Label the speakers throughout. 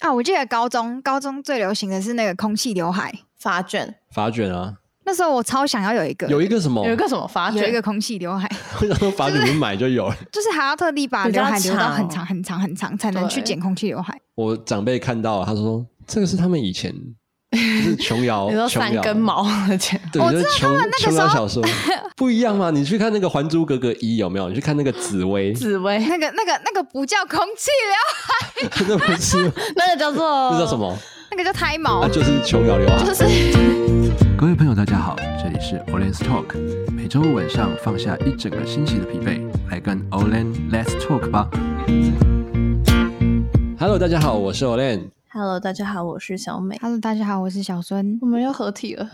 Speaker 1: 啊，我记得高中高中最流行的是那个空气刘海，
Speaker 2: 发卷
Speaker 3: 发卷啊，
Speaker 1: 那时候我超想要有一个，
Speaker 3: 有一个什么？
Speaker 2: 有一个什么发
Speaker 1: 有
Speaker 2: 卷，
Speaker 1: 一个空气刘海，
Speaker 3: 我想说发卷你买就 有了。
Speaker 1: 就是还要特地把
Speaker 2: 比较
Speaker 1: 刘海留到
Speaker 2: 长
Speaker 1: 很长很长很长，才能去
Speaker 2: 对
Speaker 1: 剪空气刘海。
Speaker 3: 我长辈看到了，他说这个是他们以前就是琼 瑶，
Speaker 2: 你说
Speaker 3: 琼
Speaker 2: 三
Speaker 3: 瑶
Speaker 2: 根。毛哦的钱，
Speaker 3: 对，
Speaker 1: 我
Speaker 3: 就是琼
Speaker 1: 那个
Speaker 3: 琼
Speaker 1: 时候
Speaker 3: 瑶 小说不一样吗？你去看那个《还珠格格一》有没有？你去看那个紫薇，
Speaker 2: 紫薇，
Speaker 1: 那个那个那个不叫空气
Speaker 3: 那不 是
Speaker 2: 那个叫做
Speaker 3: 那叫什？么？
Speaker 2: 哦
Speaker 1: 刘，那个叫胎毛
Speaker 3: 啊，，就是琼瑶刘海。
Speaker 1: 就是
Speaker 4: 各位朋友，大家好，这里是 Olen's Talk，每周五晚上放下一整个星期的疲惫，来跟 Olen Let's Talk 吧。
Speaker 3: Hello，大家好，我是 Olen。
Speaker 2: Hello，大家好，我是小美，
Speaker 1: Hello，大家好，我是小孙。
Speaker 2: 我们又合体了。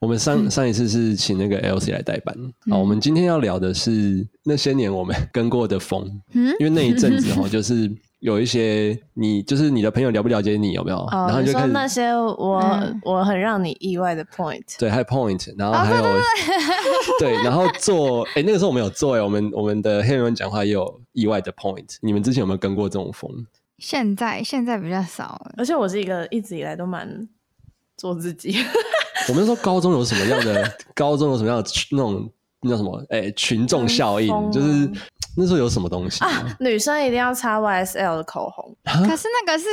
Speaker 3: 我们上上一次是请那个 LC 来代班好，我们今天要聊的是那些年我们跟过的风，
Speaker 1: 嗯
Speaker 3: 因为那一阵子哦，就是有一些你就是你的朋友了不了解你有没有，然
Speaker 2: 哦呃
Speaker 3: 后
Speaker 2: 你
Speaker 3: 你就
Speaker 2: 说
Speaker 3: 开始
Speaker 2: 那些我、
Speaker 1: 嗯
Speaker 2: 我很让你意外的 point，
Speaker 3: 对，还有 point，然后还有、 对，然后做哎、那个时候我们有做哎、我们我们的黑人讲话也有意外的 point，你们之前有没有跟过这种风？
Speaker 1: 现在现在比较少了，
Speaker 2: 而且我是一个一直以来都蛮做自 己，
Speaker 3: 我们那时候高中有什么样的高中有什么样的那种那叫什么哎、群众效应，
Speaker 2: 跟风啊
Speaker 3: 就是那时候有什么东西啊？
Speaker 2: 女生一定要擦 YSL 的口红，
Speaker 1: 可是那个是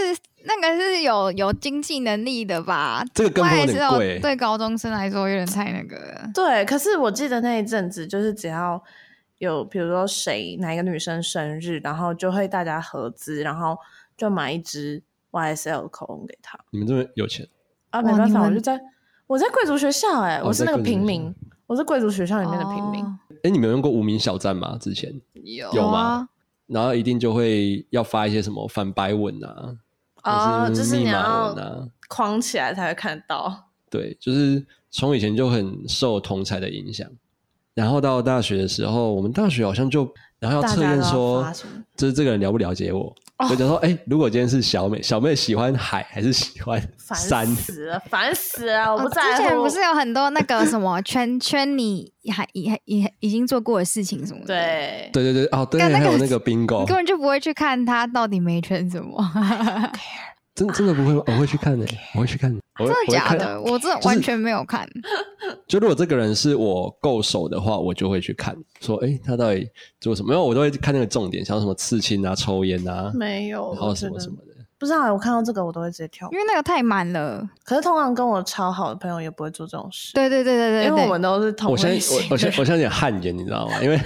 Speaker 1: 那个是有有经济能力的吧？
Speaker 3: 这个跟风有点
Speaker 1: 我也
Speaker 3: 贵
Speaker 1: 是有对高中生来说有点太那个了。
Speaker 2: 对，可是我记得那一阵子，就是只要有比如说谁哪一个女生生日，然后就会大家合资，然后就买一支 YSL 口红给她
Speaker 3: 你们这么有钱，
Speaker 2: 啊，
Speaker 1: 哇
Speaker 2: 没办
Speaker 1: 你
Speaker 2: 法，我
Speaker 1: 们
Speaker 2: 就在我在贵族学校、欸，哎、
Speaker 3: 哦
Speaker 2: 我是那
Speaker 3: 在
Speaker 2: 个
Speaker 3: 贵族
Speaker 2: 平
Speaker 3: 学
Speaker 2: 民
Speaker 3: 校，
Speaker 2: 我是贵族学校里面的平民，
Speaker 1: 哦
Speaker 3: 哎、你们有用过无名小站吗？之前，
Speaker 2: 有
Speaker 3: 有吗
Speaker 1: 啊
Speaker 3: 然后一定就会要发一些什么反白文啊，
Speaker 2: 啊、
Speaker 3: 或
Speaker 2: 就是是
Speaker 3: 密
Speaker 2: 你
Speaker 3: 码
Speaker 2: 要
Speaker 3: 文啊，
Speaker 2: 框起来才会看到，
Speaker 3: 对，就是从以前就很受同才的影响，然后到大学的时候，我们大学好像就然后要
Speaker 2: 大
Speaker 3: 测
Speaker 2: 家
Speaker 3: 验
Speaker 2: 都要
Speaker 3: 说
Speaker 2: 发什么，哦
Speaker 3: 就是这个人了不了解我。就讲说，哎、如果今天是小美，小妹喜欢海还是喜欢
Speaker 2: 烦
Speaker 3: 山？
Speaker 2: 死了，烦死了，我不
Speaker 1: 哦
Speaker 2: 在
Speaker 1: 之前
Speaker 2: 乎，
Speaker 1: 不是有很多那个什么圈圈你还已还已已经做过的事情什么的，，
Speaker 2: 对，
Speaker 3: 对对对，哦，对，
Speaker 1: 干那
Speaker 3: 还
Speaker 1: 个
Speaker 3: 有那个
Speaker 1: 你根
Speaker 3: bingo，
Speaker 1: 本就不会去看他到底没圈什么，
Speaker 3: 真真的不会吗？我会去看的、我会去看，我会
Speaker 1: 真的假？
Speaker 3: 我会看
Speaker 1: 的？我真的
Speaker 3: 就是
Speaker 1: 完全没有看。
Speaker 3: 就如果这个人是我够熟的话，我就会去看，说，哎、他到底做什么？因为我都会看那个重点，像什么刺青啊、抽烟啊，
Speaker 2: 没有，
Speaker 3: 然
Speaker 2: 我
Speaker 3: 后
Speaker 2: 觉
Speaker 3: 什么
Speaker 2: 得
Speaker 3: 什么的。
Speaker 2: 不知道欸，我看到这个我都会直接跳过
Speaker 1: 因为那个太满了。
Speaker 2: 可是通常跟我超好的朋友也不会做这种事，
Speaker 1: 对对对对对对，
Speaker 2: 因为我们都是同
Speaker 3: 我现在
Speaker 2: 类型
Speaker 3: 我
Speaker 2: 的
Speaker 3: 我现在
Speaker 2: 人
Speaker 3: 我现在有点汗颜，你知道吗？ 因为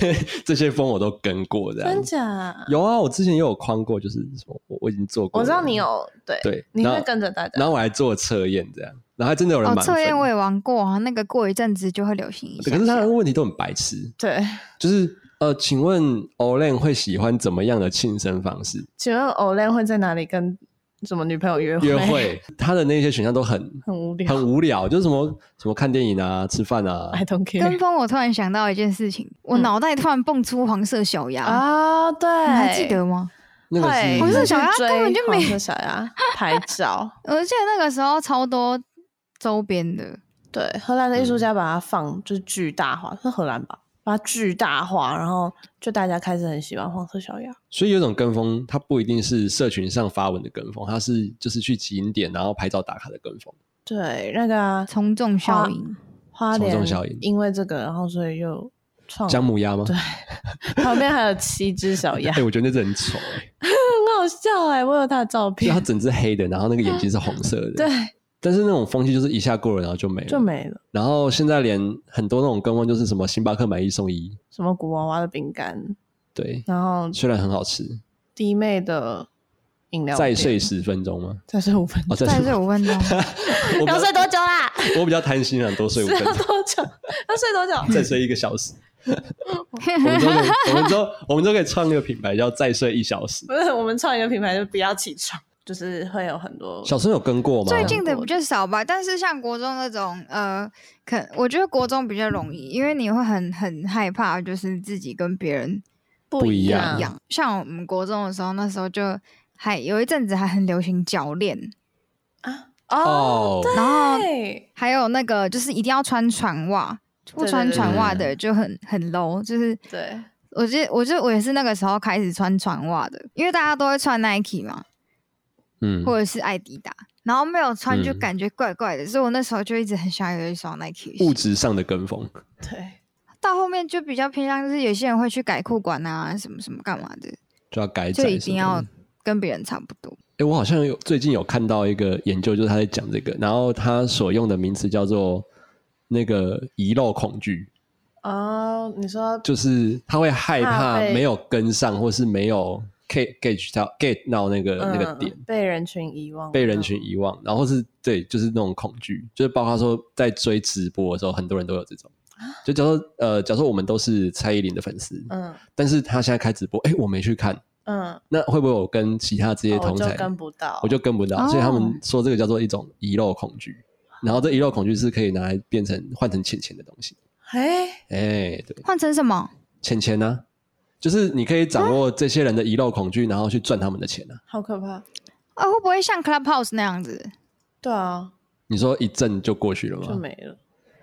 Speaker 3: 因为这些风我都跟过，这样
Speaker 2: 真假？
Speaker 3: 有啊，我之前也有框过，就是什么我我已经做过
Speaker 2: 我
Speaker 3: 了，
Speaker 2: 知道你有对，
Speaker 3: 对，
Speaker 2: 你
Speaker 3: 然
Speaker 2: 会
Speaker 3: 后
Speaker 2: 跟着大家
Speaker 3: 然后我还做测验这样，然后还真的有人
Speaker 1: 哦
Speaker 3: 满分。
Speaker 1: 测验我也玩过啊，那个过一阵子就会流行一下。
Speaker 3: 可是他的问题都很白痴，
Speaker 2: 对。
Speaker 3: 就是呃，请问 Olen 会喜欢怎么样的庆生方式？
Speaker 2: 请问 Olen 会在哪里跟什么女朋友约会？
Speaker 3: 约 会，他的那些选项都很
Speaker 2: 很无聊
Speaker 3: 很无聊，就是什么什么看电影啊、吃饭啊，
Speaker 2: ，I don't
Speaker 1: 跟
Speaker 2: care
Speaker 1: 风，我突然想到一件事情，我
Speaker 2: 嗯
Speaker 1: 脑袋突然蹦出黄色小鸭，
Speaker 2: 啊！对，
Speaker 1: 你还记得吗？
Speaker 3: 那个
Speaker 2: 会
Speaker 3: 是
Speaker 1: 黄色小鸭根本就没
Speaker 2: 黄色小鸭 拍照。
Speaker 1: 我记得那个时候超多周边的，
Speaker 2: 对，荷兰的艺术家把它放就是巨大化，是荷兰吧？把它巨大化，然后就大家开始很喜欢黄色小鸭。
Speaker 3: 所以有一种跟风，它不一定是社群上发文的跟风，它是就是去景点然后拍照打卡的跟风。
Speaker 2: 对，那个啊
Speaker 1: 从众效应。
Speaker 3: 啊
Speaker 2: 花
Speaker 3: 从众
Speaker 2: 莲
Speaker 3: 效应
Speaker 2: 因为这个，然后所以又创
Speaker 3: 姜母鸭吗？哦对，
Speaker 2: 旁边还有七只小 鸭，
Speaker 3: 哎、
Speaker 2: 很
Speaker 3: 我觉得那只很丑、 欸，
Speaker 2: 好笑哎、我有他的照
Speaker 3: 就它
Speaker 2: 片，
Speaker 3: 整只黑的，然后那个眼睛是红色的。
Speaker 2: 对，，
Speaker 3: 但是那种风气就是一下过了，然后就没了。
Speaker 2: 就。没了。
Speaker 3: 然后现在连很多那种跟风就是什么星巴克买一送一，
Speaker 2: 什么古娃娃的饼干，
Speaker 3: 对，
Speaker 2: 然后
Speaker 3: 虽然很好吃，
Speaker 2: 弟妹的饮料
Speaker 3: 再
Speaker 2: 店
Speaker 3: 睡十分钟吗？
Speaker 2: 再睡五分钟，
Speaker 3: 哦，再
Speaker 1: 再
Speaker 3: 睡
Speaker 1: 睡，五分钟，
Speaker 3: 我比较
Speaker 2: 要睡多久啊啦？
Speaker 3: 我比较 贪心啊，多睡五
Speaker 2: 是
Speaker 3: 分
Speaker 2: 要
Speaker 3: 钟，
Speaker 2: 多久？要睡多久？
Speaker 3: 再睡一个小时。我们都可以，我们都我们都可以创一个品牌叫再睡一小时。
Speaker 2: 不是，我们创一个品牌就不要起床，就是会有很多
Speaker 3: 小生有跟过吗？
Speaker 1: 最近的比较少吧，但是像国中那种，呃，可我觉得国中比较容易，因为你会很很害怕，就是自己跟别人
Speaker 3: 不一样
Speaker 1: 一样。
Speaker 2: 嗯
Speaker 1: 像我们国中的时候，那时候就还有一阵子还很流行脚链，
Speaker 2: 哦
Speaker 3: 哦。
Speaker 1: 然 后
Speaker 2: 对，
Speaker 1: 还有那个就是一定要穿船袜，不
Speaker 2: 对
Speaker 1: 穿
Speaker 2: 对对
Speaker 1: 船袜的就很很 low。就是
Speaker 2: 对，
Speaker 1: 我记得，我记得我也是那个时候开始穿船袜的，因为大家都会穿 Nike 嘛，
Speaker 3: 嗯，
Speaker 1: 或者是艾迪达，然后没有穿就
Speaker 3: 嗯
Speaker 1: 感觉怪怪的，所以我那时候就一直很想有一双 Nike 的
Speaker 3: 物
Speaker 1: 鞋。
Speaker 3: 质上的跟风，
Speaker 2: 对，
Speaker 1: 到后面就比较偏向，就是有些人会去改裤管啊，什么什么干嘛的，
Speaker 3: 就要改
Speaker 1: 就
Speaker 3: 窄
Speaker 1: 一
Speaker 3: 什
Speaker 1: 定
Speaker 3: 么的
Speaker 1: 要跟别人差不多。
Speaker 3: 哎、我好像有最近有看到一个研究，就是他在讲这个，然后他所用的名词叫做那个遗漏恐惧，
Speaker 2: 哦，你说
Speaker 3: 就是他会害
Speaker 2: 怕
Speaker 3: 怕
Speaker 2: 被
Speaker 3: 没有跟上，或是没有 get get 到 get 到那个、那个
Speaker 2: 嗯
Speaker 3: 点，
Speaker 2: 被人群遗忘，
Speaker 3: 被人群遗忘，然后是对，就是那种恐惧，就是包括说在追直播的时候，很多人都有这种。就假如说呃，假如说我们都是蔡依林的粉丝，
Speaker 2: 嗯
Speaker 3: 但是他现在开直播，哎、我没去看，
Speaker 2: 嗯，
Speaker 3: 那会不会我跟其他这些
Speaker 2: 哦我
Speaker 3: 同
Speaker 2: 就
Speaker 3: 台、
Speaker 2: 跟不到，
Speaker 3: 我就跟不到，
Speaker 1: 哦
Speaker 3: 所以他们说这个叫做一种遗漏恐惧。然后这遗漏恐惧是可以拿来变成换成钱钱的东西，
Speaker 2: 哎，
Speaker 3: 哎、对，
Speaker 1: 换成什么？
Speaker 3: 钱钱呢，就是你可以掌握这些人的遗漏恐惧，然后去赚他们的钱啊。
Speaker 2: 好可怕，
Speaker 1: 啊，会不会像 Clubhouse 那样子？
Speaker 2: 对啊，
Speaker 3: 你说一阵就过去了
Speaker 2: 就
Speaker 3: 吗？
Speaker 2: 没了，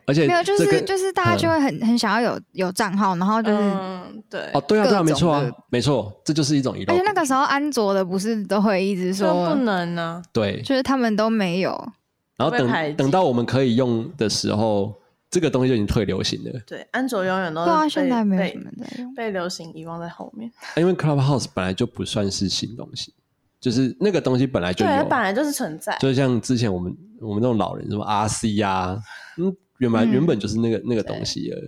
Speaker 3: 而且
Speaker 1: 没有，就
Speaker 3: 这
Speaker 1: 是
Speaker 3: 跟
Speaker 1: 就是大家就会很很想要有有账号，然后就是，
Speaker 2: 嗯，对
Speaker 3: 哦，，对啊，
Speaker 1: 各
Speaker 3: 对啊，没错
Speaker 1: 种
Speaker 3: 啊，没错，这就是一种遗
Speaker 1: 而
Speaker 3: 漏恐
Speaker 1: 且
Speaker 3: 惧。
Speaker 1: 那个时候安卓的不是都会一直
Speaker 2: 这不
Speaker 1: 说，
Speaker 2: 能啊呢，
Speaker 3: 对，
Speaker 1: 就是他们都没有。
Speaker 3: 然后
Speaker 2: 被排
Speaker 3: 等
Speaker 2: 挤
Speaker 3: 等到我们可以用的时候，这个东西就已经退流行了。
Speaker 2: 对，安卓永远都
Speaker 1: 对啊，
Speaker 2: 是
Speaker 1: 现
Speaker 2: 被
Speaker 1: 在没有
Speaker 2: 被
Speaker 1: 什么人在用。
Speaker 2: 被流行遗忘在后面，
Speaker 3: 因为 Clubhouse 本来就不算是新东西，就是那个东西本来就
Speaker 2: 对，它
Speaker 3: 有，
Speaker 2: 本来就是存在，
Speaker 3: 哦就像之前我们我们那种老人什么 RC 呀、嗯，原本、
Speaker 1: 嗯
Speaker 3: 原本就是那个那个东西了。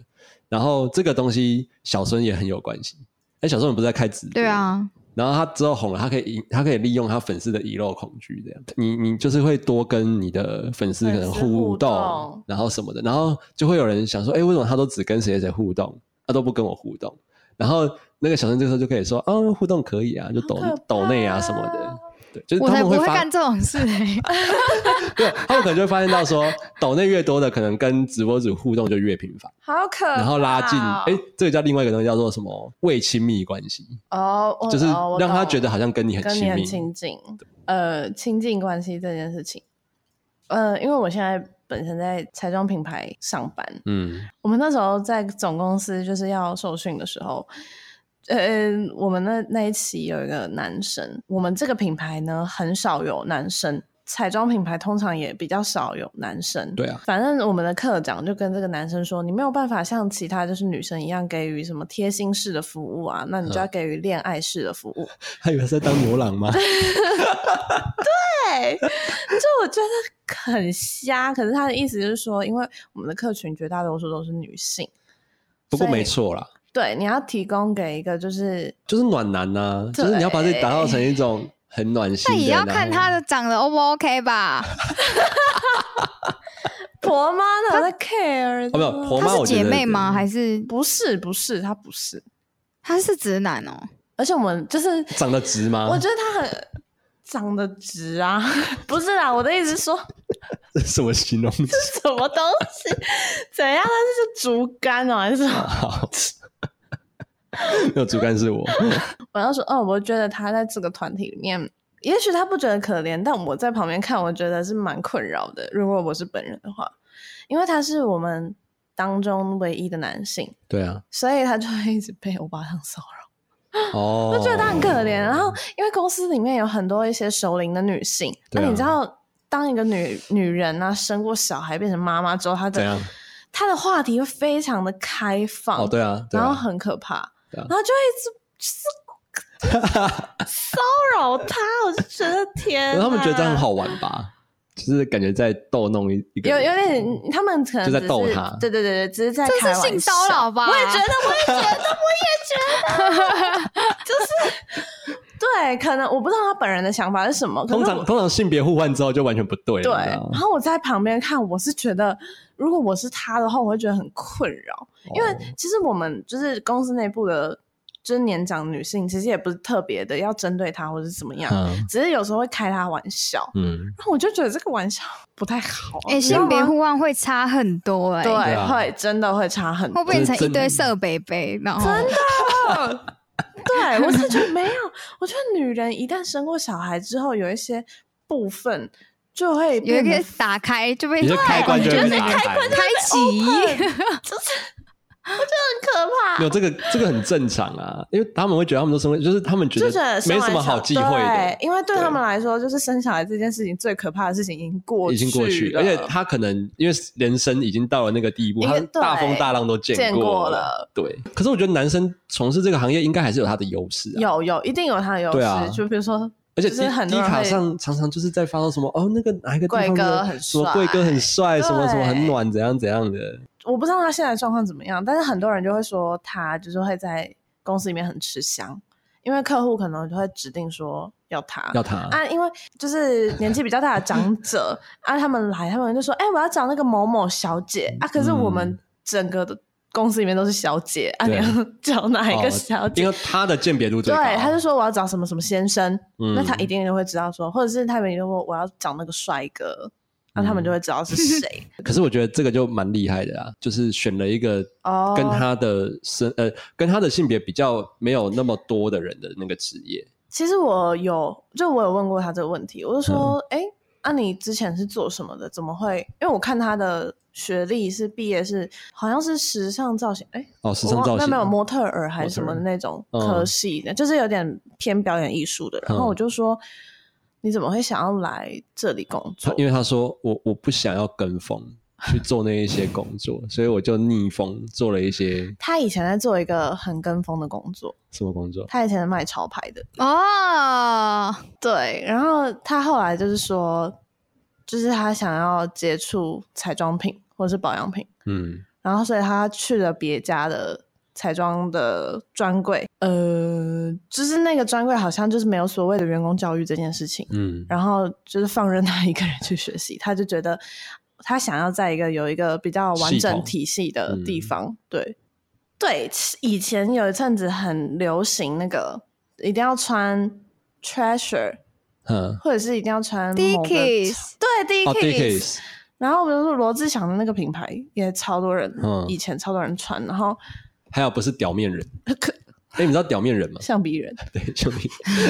Speaker 3: 然后这个东西小孙也很有关系。哎，小孙不是在开直播？
Speaker 1: 对。啊，
Speaker 3: 然后他之后红了，他可以他可以利用他粉丝的遗漏恐惧，这样你你就是会多跟你的粉丝可能
Speaker 2: 粉丝互
Speaker 3: 互动，
Speaker 2: 动
Speaker 3: 然后什么的，然后就会有人想说，哎，为什么他都只跟谁谁谁互动，他都不跟我互动？然后那个小生这个时候就可以说，啊，互动可以啊，就抖
Speaker 2: 好可怕
Speaker 3: 抖内啊什么的，对，就是
Speaker 1: 我
Speaker 3: 他
Speaker 1: 才
Speaker 3: 们
Speaker 1: 不会
Speaker 3: 发
Speaker 1: 干这种 事欸
Speaker 3: 对，他们可能就会发现到说， 抖内越多的，可能跟直播主互动就越频繁，
Speaker 2: 好可怕哦，
Speaker 3: 然后拉近，哎，这个叫另外一个东西叫做什么未亲密关系，
Speaker 2: 哦，我
Speaker 3: 就是
Speaker 2: 哦我
Speaker 3: 让他
Speaker 2: 懂
Speaker 3: 觉得好像跟你很
Speaker 2: 跟你
Speaker 3: 亲
Speaker 2: 很
Speaker 3: 密，
Speaker 2: 亲近，呃，亲近关系这件事情，呃，因为我现在本身在彩妆品牌上班，
Speaker 3: 嗯
Speaker 2: 我们那时候在总公司就是要受训的时候，呃，我们那那一期有一个男生，我们这个品牌呢很少有男生。彩妆品牌通常也比较少有男生，
Speaker 3: 对啊
Speaker 2: 反正我们的课长就跟这个男生说，你没有办法像其他就是女生一样给予什么贴心式的服务啊，那你
Speaker 3: 嗯
Speaker 2: 就要给予恋爱式的服务。
Speaker 3: 他以为是在当牛郎吗？
Speaker 2: 对，就我觉得很瞎。可是他的意思就是说，因为我们的客群绝大多数都是女性，
Speaker 3: 不过
Speaker 2: 所以
Speaker 3: 没错啦，
Speaker 2: 对，你要提供给一个就是
Speaker 3: 就是暖男呐、
Speaker 2: 对
Speaker 3: 就是你要把自己打造成一种很暖心
Speaker 1: 那
Speaker 3: 的。
Speaker 1: 也要看他
Speaker 3: 的，
Speaker 1: 的长得 O 不 OK 吧？
Speaker 2: 婆妈哪在 care 的
Speaker 3: 哦没有婆妈
Speaker 1: 她
Speaker 3: 我
Speaker 1: 是
Speaker 3: 觉
Speaker 1: 姐
Speaker 3: 得
Speaker 1: 妹吗？还是
Speaker 2: 不是不是，他不是。
Speaker 1: 她是直男哦？
Speaker 2: 而且我们就是，
Speaker 3: 长得直啊吗？
Speaker 2: 我觉得他很长得直啊， 不是啦，我的意思是说
Speaker 3: 这 是什么形容词？
Speaker 2: 什么东西怎样？他是竹竿哦，还是什么？
Speaker 3: 好，啊 没有主干是我，
Speaker 2: 我要说，哦，我觉得他在这个团体里面，也许他不觉得可怜，但我在旁边看，我觉得是蛮困扰的。如果我是本人的话，因为他是我们当中唯一的男性，
Speaker 3: 对啊，
Speaker 2: 所以他就会一直被欧巴桑骚扰，
Speaker 3: 哦，
Speaker 2: 我觉得他很可怜。然后，因为公司里面有很多一些熟龄的女性，那、
Speaker 3: 对啊
Speaker 2: 你知道，当一个女女人啊，生过小孩变成妈妈之后，她
Speaker 3: 怎样
Speaker 2: 的？她的话题会非常的开放，
Speaker 3: 哦，对啊，对
Speaker 2: 然后
Speaker 3: 啊，
Speaker 2: 很可怕，
Speaker 3: 对啊
Speaker 2: 然后就一直就是骚扰他，我就觉得 天
Speaker 3: 然
Speaker 2: 哪，
Speaker 3: 后他们觉得这样很好玩吧？就是感觉在逗弄一一个
Speaker 2: 有
Speaker 3: 人，
Speaker 2: 有点，他们可能
Speaker 3: 就在
Speaker 2: 只
Speaker 3: 逗
Speaker 2: 是
Speaker 3: 他
Speaker 2: 对对对对，只是在
Speaker 1: 这
Speaker 2: 开
Speaker 1: 是
Speaker 2: 玩
Speaker 1: 性骚扰
Speaker 2: 笑
Speaker 1: 吧
Speaker 2: 我也觉得，我也觉得，我也觉得，就是对，可能我不知道他本人的想法是什么，可
Speaker 3: 通
Speaker 2: 是
Speaker 3: 常
Speaker 2: 我
Speaker 3: 通常性别互换之后就完全不对了，
Speaker 2: 对。
Speaker 3: 你知道
Speaker 2: 然
Speaker 3: 吗
Speaker 2: 后我在旁边看，我是觉得，如果我是他的话，我会觉得很困扰，因为
Speaker 3: 哦
Speaker 2: 其实我们就是公司内部的。就是年长女性，其实也不是特别的要针对她或者是怎么样，
Speaker 3: 嗯
Speaker 2: 只是有时候会开她玩笑，
Speaker 3: 嗯，
Speaker 2: 然后我就觉得这个玩笑 不太好、啊。
Speaker 1: 哎，
Speaker 2: 你知道
Speaker 1: 性别
Speaker 2: 吗
Speaker 1: 互换会差很多哎，
Speaker 2: 对
Speaker 1: 会
Speaker 3: 啊
Speaker 2: 会真的会差很多。
Speaker 1: 变成一堆
Speaker 3: 这真
Speaker 1: 色北北，然后
Speaker 2: 对我是觉得没有，我觉得女人一旦生过小孩之后，有一些部分就会
Speaker 1: 有
Speaker 2: 变
Speaker 1: 一
Speaker 2: 得哎
Speaker 1: 个打开就被
Speaker 3: 你的开关就
Speaker 1: 就
Speaker 3: 会
Speaker 1: 是
Speaker 3: 被打
Speaker 1: 开
Speaker 3: 开，
Speaker 1: 启，
Speaker 2: 就是可怕。
Speaker 3: 没有这个这个很正常啊，因为他们会觉得他们都生，就是他们觉
Speaker 2: 就觉
Speaker 3: 得
Speaker 2: 得生
Speaker 3: 没
Speaker 2: 完
Speaker 3: 什么好
Speaker 2: 小
Speaker 3: 忌讳的
Speaker 2: 对，因为对
Speaker 3: 对
Speaker 2: 他们来说，就是生小孩这件事情最可怕的事情已经过
Speaker 3: 已经过去，
Speaker 2: 了
Speaker 3: 而且他可能因为人生已经到了那个地步，
Speaker 2: 因
Speaker 3: 他
Speaker 2: 为
Speaker 3: 大
Speaker 2: 对
Speaker 3: 风大浪都见
Speaker 2: 见
Speaker 3: 过
Speaker 2: 过了。
Speaker 3: 对，可是我觉得男生从事这个行业应该还是有他的优势啊。
Speaker 2: 有有一定有他的优
Speaker 3: 对啊
Speaker 2: 势，就比如说，
Speaker 3: 而且
Speaker 2: 就
Speaker 3: 低
Speaker 2: 是很
Speaker 3: 低
Speaker 2: 多人
Speaker 3: 卡
Speaker 2: 会
Speaker 3: 上常常就是在发到什么哦，那个哪一个地
Speaker 2: 贵
Speaker 3: 方的
Speaker 2: 哥很
Speaker 3: 什么贵哥很帅，什么什么很
Speaker 2: 对
Speaker 3: 暖，怎样怎样的。
Speaker 2: 我不知道他现在状况怎么样，但是很多人就会说他就是会在公司里面很吃香，因为客户可能就会指定说要他。
Speaker 3: 要他
Speaker 2: 啊，因为就是年纪比较大的长 者啊，他们来，他们就说：“哎、我要找那个某某小姐啊。”可是我们
Speaker 3: 嗯
Speaker 2: 整个的公司里面都是小姐啊，你
Speaker 3: 对
Speaker 2: 要找哪一
Speaker 3: 哦
Speaker 2: 个小姐？
Speaker 3: 因为他的鉴别度最
Speaker 2: 对
Speaker 3: 高，，
Speaker 2: 他就说我要找什么什么先生，
Speaker 3: 嗯
Speaker 2: 那他一定就会知道说，或者是他们就说我要找那个帅哥，
Speaker 3: 嗯
Speaker 2: 那、他们就会知道是谁。
Speaker 3: 可是我觉得这个就蛮厉害的啊，就是选了一个
Speaker 2: 哦
Speaker 3: 跟他的身、呃跟他的性别比较没有那么多的人的那个职业，
Speaker 2: 其实我有，就我有问过他这个问题，我就说，
Speaker 3: 嗯
Speaker 2: 哎、啊，你之前是做什么的？怎么会？因为我看他的学历是毕业是好像是时尚造型，哎、
Speaker 3: 哦时
Speaker 2: 我
Speaker 3: 尚
Speaker 2: 忘
Speaker 3: 造型
Speaker 2: 那没有模特儿还是什么
Speaker 3: 模
Speaker 2: 的
Speaker 3: 特
Speaker 2: 那种
Speaker 3: 嗯
Speaker 2: 科系的，就是有点偏表演艺术的。然后我就说，你怎么会想要来这里工
Speaker 3: 他
Speaker 2: 作？
Speaker 3: 因为他说我我不想要跟风去做那一些工作， 所以我就逆风做了一些
Speaker 2: 他以前在做一个很跟风的工作，
Speaker 3: 什么工作？
Speaker 2: 他以前是卖潮牌的，
Speaker 1: 哦，
Speaker 2: 对，然后他后来就是说，就是他想要接触彩妆品或者是保养品，
Speaker 3: 嗯，
Speaker 2: 然后所以他去了别家的彩妆的专柜，呃，就是那个专柜好像就是没有所谓的员工教育这件事情，
Speaker 3: 嗯，
Speaker 2: 然后就是放任他一个人去学习，他就觉得他想要在一个有一个比较完
Speaker 3: 系
Speaker 2: 整
Speaker 3: 统
Speaker 2: 体系的地
Speaker 3: 嗯
Speaker 2: 方，对对，以前有一阵子很流行那个一定要穿 Treasure。
Speaker 3: 嗯，
Speaker 2: 或者是一定要穿
Speaker 1: Dickies
Speaker 2: 对 Dickies，、
Speaker 3: 哦 d i c k i s
Speaker 2: 然后比如说罗志祥的那个品牌也超多人，
Speaker 3: 嗯
Speaker 2: 以前超多人穿，然后
Speaker 3: 还有不是表面人，
Speaker 2: 可
Speaker 3: 哎、你们知道表面人吗？
Speaker 2: 象鼻人，
Speaker 3: 对，就你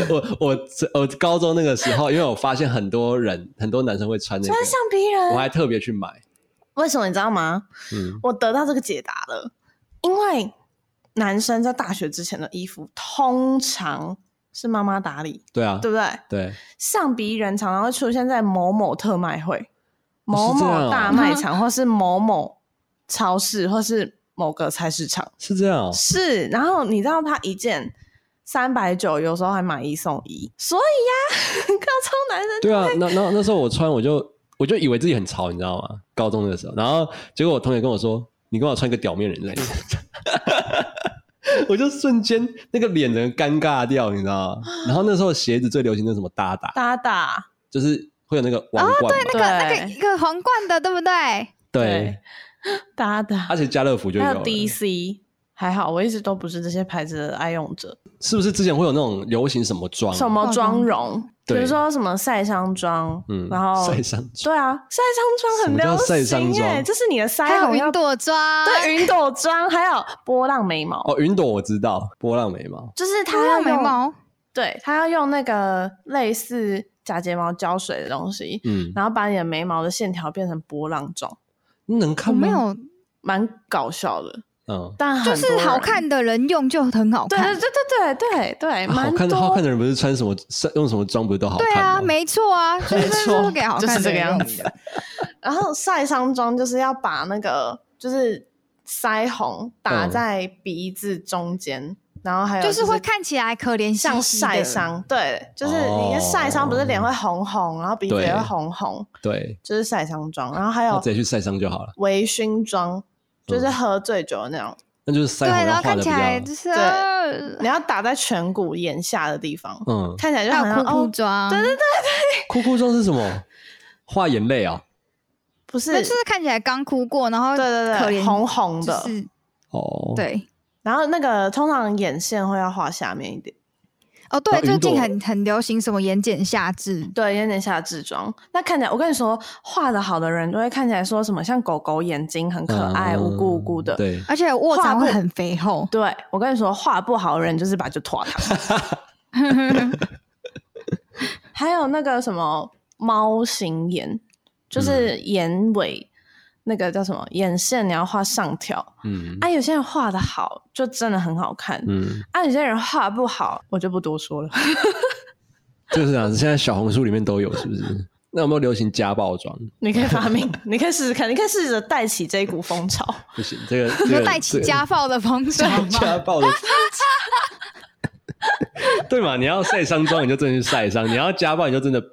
Speaker 3: 我我我高中那个时候，因为我发现很多人很多男生会穿那个
Speaker 2: 穿，象鼻
Speaker 3: 我
Speaker 2: 人，
Speaker 3: 还特别去买，
Speaker 2: 为什么你知道吗？
Speaker 3: 嗯，
Speaker 2: 我得到这个解答了，因为男生在大学之前的衣服通常是妈妈打理，
Speaker 3: 对啊，
Speaker 2: 对不对？
Speaker 3: 对，
Speaker 2: 象鼻人常常会出现在某某特卖会、
Speaker 3: 哦
Speaker 2: 某
Speaker 3: 是这样哦
Speaker 2: 某大卖场，或是某某超市，或是某个菜市场。
Speaker 3: 是这样、哦，
Speaker 2: 是，然后你知道它一件三百九，有时候还买一送一，所以呀、 高中男生
Speaker 3: 对啊，那那那时候我穿，我就我就以为自己很潮，你知道吗？高中的时候，然后结果我同学跟我说：“你跟我穿一个屌面人在里面。” 我就瞬间那个脸整个尴尬掉，你知道吗？然后那时候鞋子最流行的是什么搭搭，
Speaker 2: 搭打，
Speaker 3: 就是会有那个王
Speaker 2: 哦
Speaker 3: 冠嘛，
Speaker 1: 那个那个
Speaker 2: 对
Speaker 1: 一个皇冠的，对不对？
Speaker 3: 对，
Speaker 2: 搭打
Speaker 3: 而，且家乐福就有
Speaker 2: 还
Speaker 3: 了
Speaker 2: 有 DC，还好我一直都不是这些牌子的爱用者。
Speaker 3: 是不是之前会有那种流行什么妆？啊
Speaker 2: 什么
Speaker 1: 化
Speaker 2: 妆
Speaker 1: 妆
Speaker 2: 容，比
Speaker 3: 对
Speaker 2: 如说什么晒伤妆，
Speaker 3: 嗯，
Speaker 2: 然后
Speaker 3: 晒伤妆，
Speaker 2: 对啊，晒伤妆
Speaker 3: 什
Speaker 2: 很
Speaker 3: 么叫
Speaker 2: 流
Speaker 3: 晒伤
Speaker 2: 行耶、
Speaker 3: 妆
Speaker 2: 就是你的
Speaker 1: 还
Speaker 2: 腮
Speaker 1: 有啊
Speaker 2: 红要
Speaker 1: 云朵妆，
Speaker 2: 对云朵妆，还有波浪眉毛，
Speaker 3: 哦，云朵我知道，波浪眉毛，
Speaker 2: 就是它
Speaker 1: 他
Speaker 2: 要
Speaker 1: 要眉
Speaker 2: 用，
Speaker 1: 毛，
Speaker 2: 对，它要用那个类似假睫毛胶水的东西，
Speaker 3: 嗯，
Speaker 2: 然后把你的眉毛的线条变成波浪状，
Speaker 3: 能
Speaker 1: 我
Speaker 3: 看吗？
Speaker 1: 没，有，
Speaker 2: 蛮搞笑的，
Speaker 3: 嗯，
Speaker 2: 但
Speaker 1: 就
Speaker 2: 很多
Speaker 1: 是好
Speaker 2: 人。
Speaker 1: 看的人用就很好
Speaker 2: 对对
Speaker 1: 看。
Speaker 2: 对对对对对，
Speaker 3: 啊好
Speaker 2: 蛮
Speaker 3: 看好看
Speaker 2: 多。
Speaker 3: 的人不是穿什么晒用什么妆不是都好看
Speaker 1: 对啊，
Speaker 3: 吗
Speaker 1: 没错啊，就是
Speaker 2: 错
Speaker 1: 是给好
Speaker 2: 就是
Speaker 1: 看
Speaker 2: 这
Speaker 1: 的
Speaker 2: 个
Speaker 1: 人
Speaker 2: 样
Speaker 1: 用
Speaker 2: 子
Speaker 1: 的。
Speaker 2: 然后晒伤妆就是要把那个就是腮红打
Speaker 3: 嗯
Speaker 2: 在鼻子中间，然后还有
Speaker 1: 就是
Speaker 2: 是
Speaker 1: 会看起来可怜兮兮
Speaker 2: 像
Speaker 1: 的
Speaker 2: 晒，伤，对，就是你的晒伤不是脸会红红，然后鼻子也
Speaker 3: 哦对
Speaker 2: 会红红，
Speaker 3: 对，
Speaker 2: 就是晒伤妆。然后还
Speaker 3: 那嗯
Speaker 2: 有
Speaker 3: 直接去晒伤就好了，
Speaker 2: 微醺妆，就是喝醉酒的那种，
Speaker 3: 那就是
Speaker 1: 对，
Speaker 3: 腮红
Speaker 1: 然
Speaker 3: 要
Speaker 1: 后
Speaker 3: 画
Speaker 1: 看
Speaker 3: 的比
Speaker 1: 起来
Speaker 3: 较
Speaker 1: 就，是
Speaker 2: 对
Speaker 1: 呃
Speaker 2: 你要打在颧骨眼下的地方，
Speaker 3: 嗯，
Speaker 2: 看起来就好
Speaker 1: 还有
Speaker 2: 像
Speaker 1: 哭哭
Speaker 2: 哦
Speaker 1: 妆，
Speaker 2: 对对
Speaker 1: 对，
Speaker 3: 哭哭妆是什么？画眼泪啊，
Speaker 2: 不是，
Speaker 1: 就是看起来刚哭过，然后
Speaker 2: 对对
Speaker 1: 可
Speaker 2: 对，
Speaker 1: 怜
Speaker 2: 红红的。
Speaker 1: 就是
Speaker 3: 哦，，
Speaker 1: 对。
Speaker 2: 然后那个通常眼线会要画下面一点，
Speaker 1: 哦，
Speaker 3: 然
Speaker 1: 对，
Speaker 3: 后云
Speaker 1: 最近
Speaker 3: 朵
Speaker 1: 很很流行什么眼睑下至，
Speaker 2: 对，眼睑下至妆。那看起来，我跟你说，画的好的人都会看起来说什么像狗狗眼睛很可爱，无辜无辜的。
Speaker 3: 嗯对，
Speaker 1: 而且卧蚕
Speaker 2: 画
Speaker 1: 会
Speaker 2: 布
Speaker 1: 很肥 厚。
Speaker 2: 对，我跟你说，画不好的人就是把就拖 他。
Speaker 3: 嗯
Speaker 2: 还有那个什么猫型眼，就是眼尾、那个叫什么眼线，你要画上挑。
Speaker 3: 嗯
Speaker 2: 啊，有些人画的好，就真的很好看。
Speaker 3: 嗯，
Speaker 2: 啊，有些人画不好，我就不多说了。
Speaker 3: 这个是啊，现在小红书里面都有，是不是？那有没有流行家暴妆？
Speaker 2: 你可以发明，你可以试试看，你可以试着带起这一股风 潮。
Speaker 3: 不行，这 个
Speaker 1: 你
Speaker 3: 这
Speaker 1: 说
Speaker 3: 个
Speaker 1: 带起
Speaker 3: 这个
Speaker 1: 家暴的风潮
Speaker 3: 家
Speaker 1: 吗？
Speaker 3: 暴的。 对嘛？你要晒伤妆，你就真的去晒伤；你要家暴，你就真的不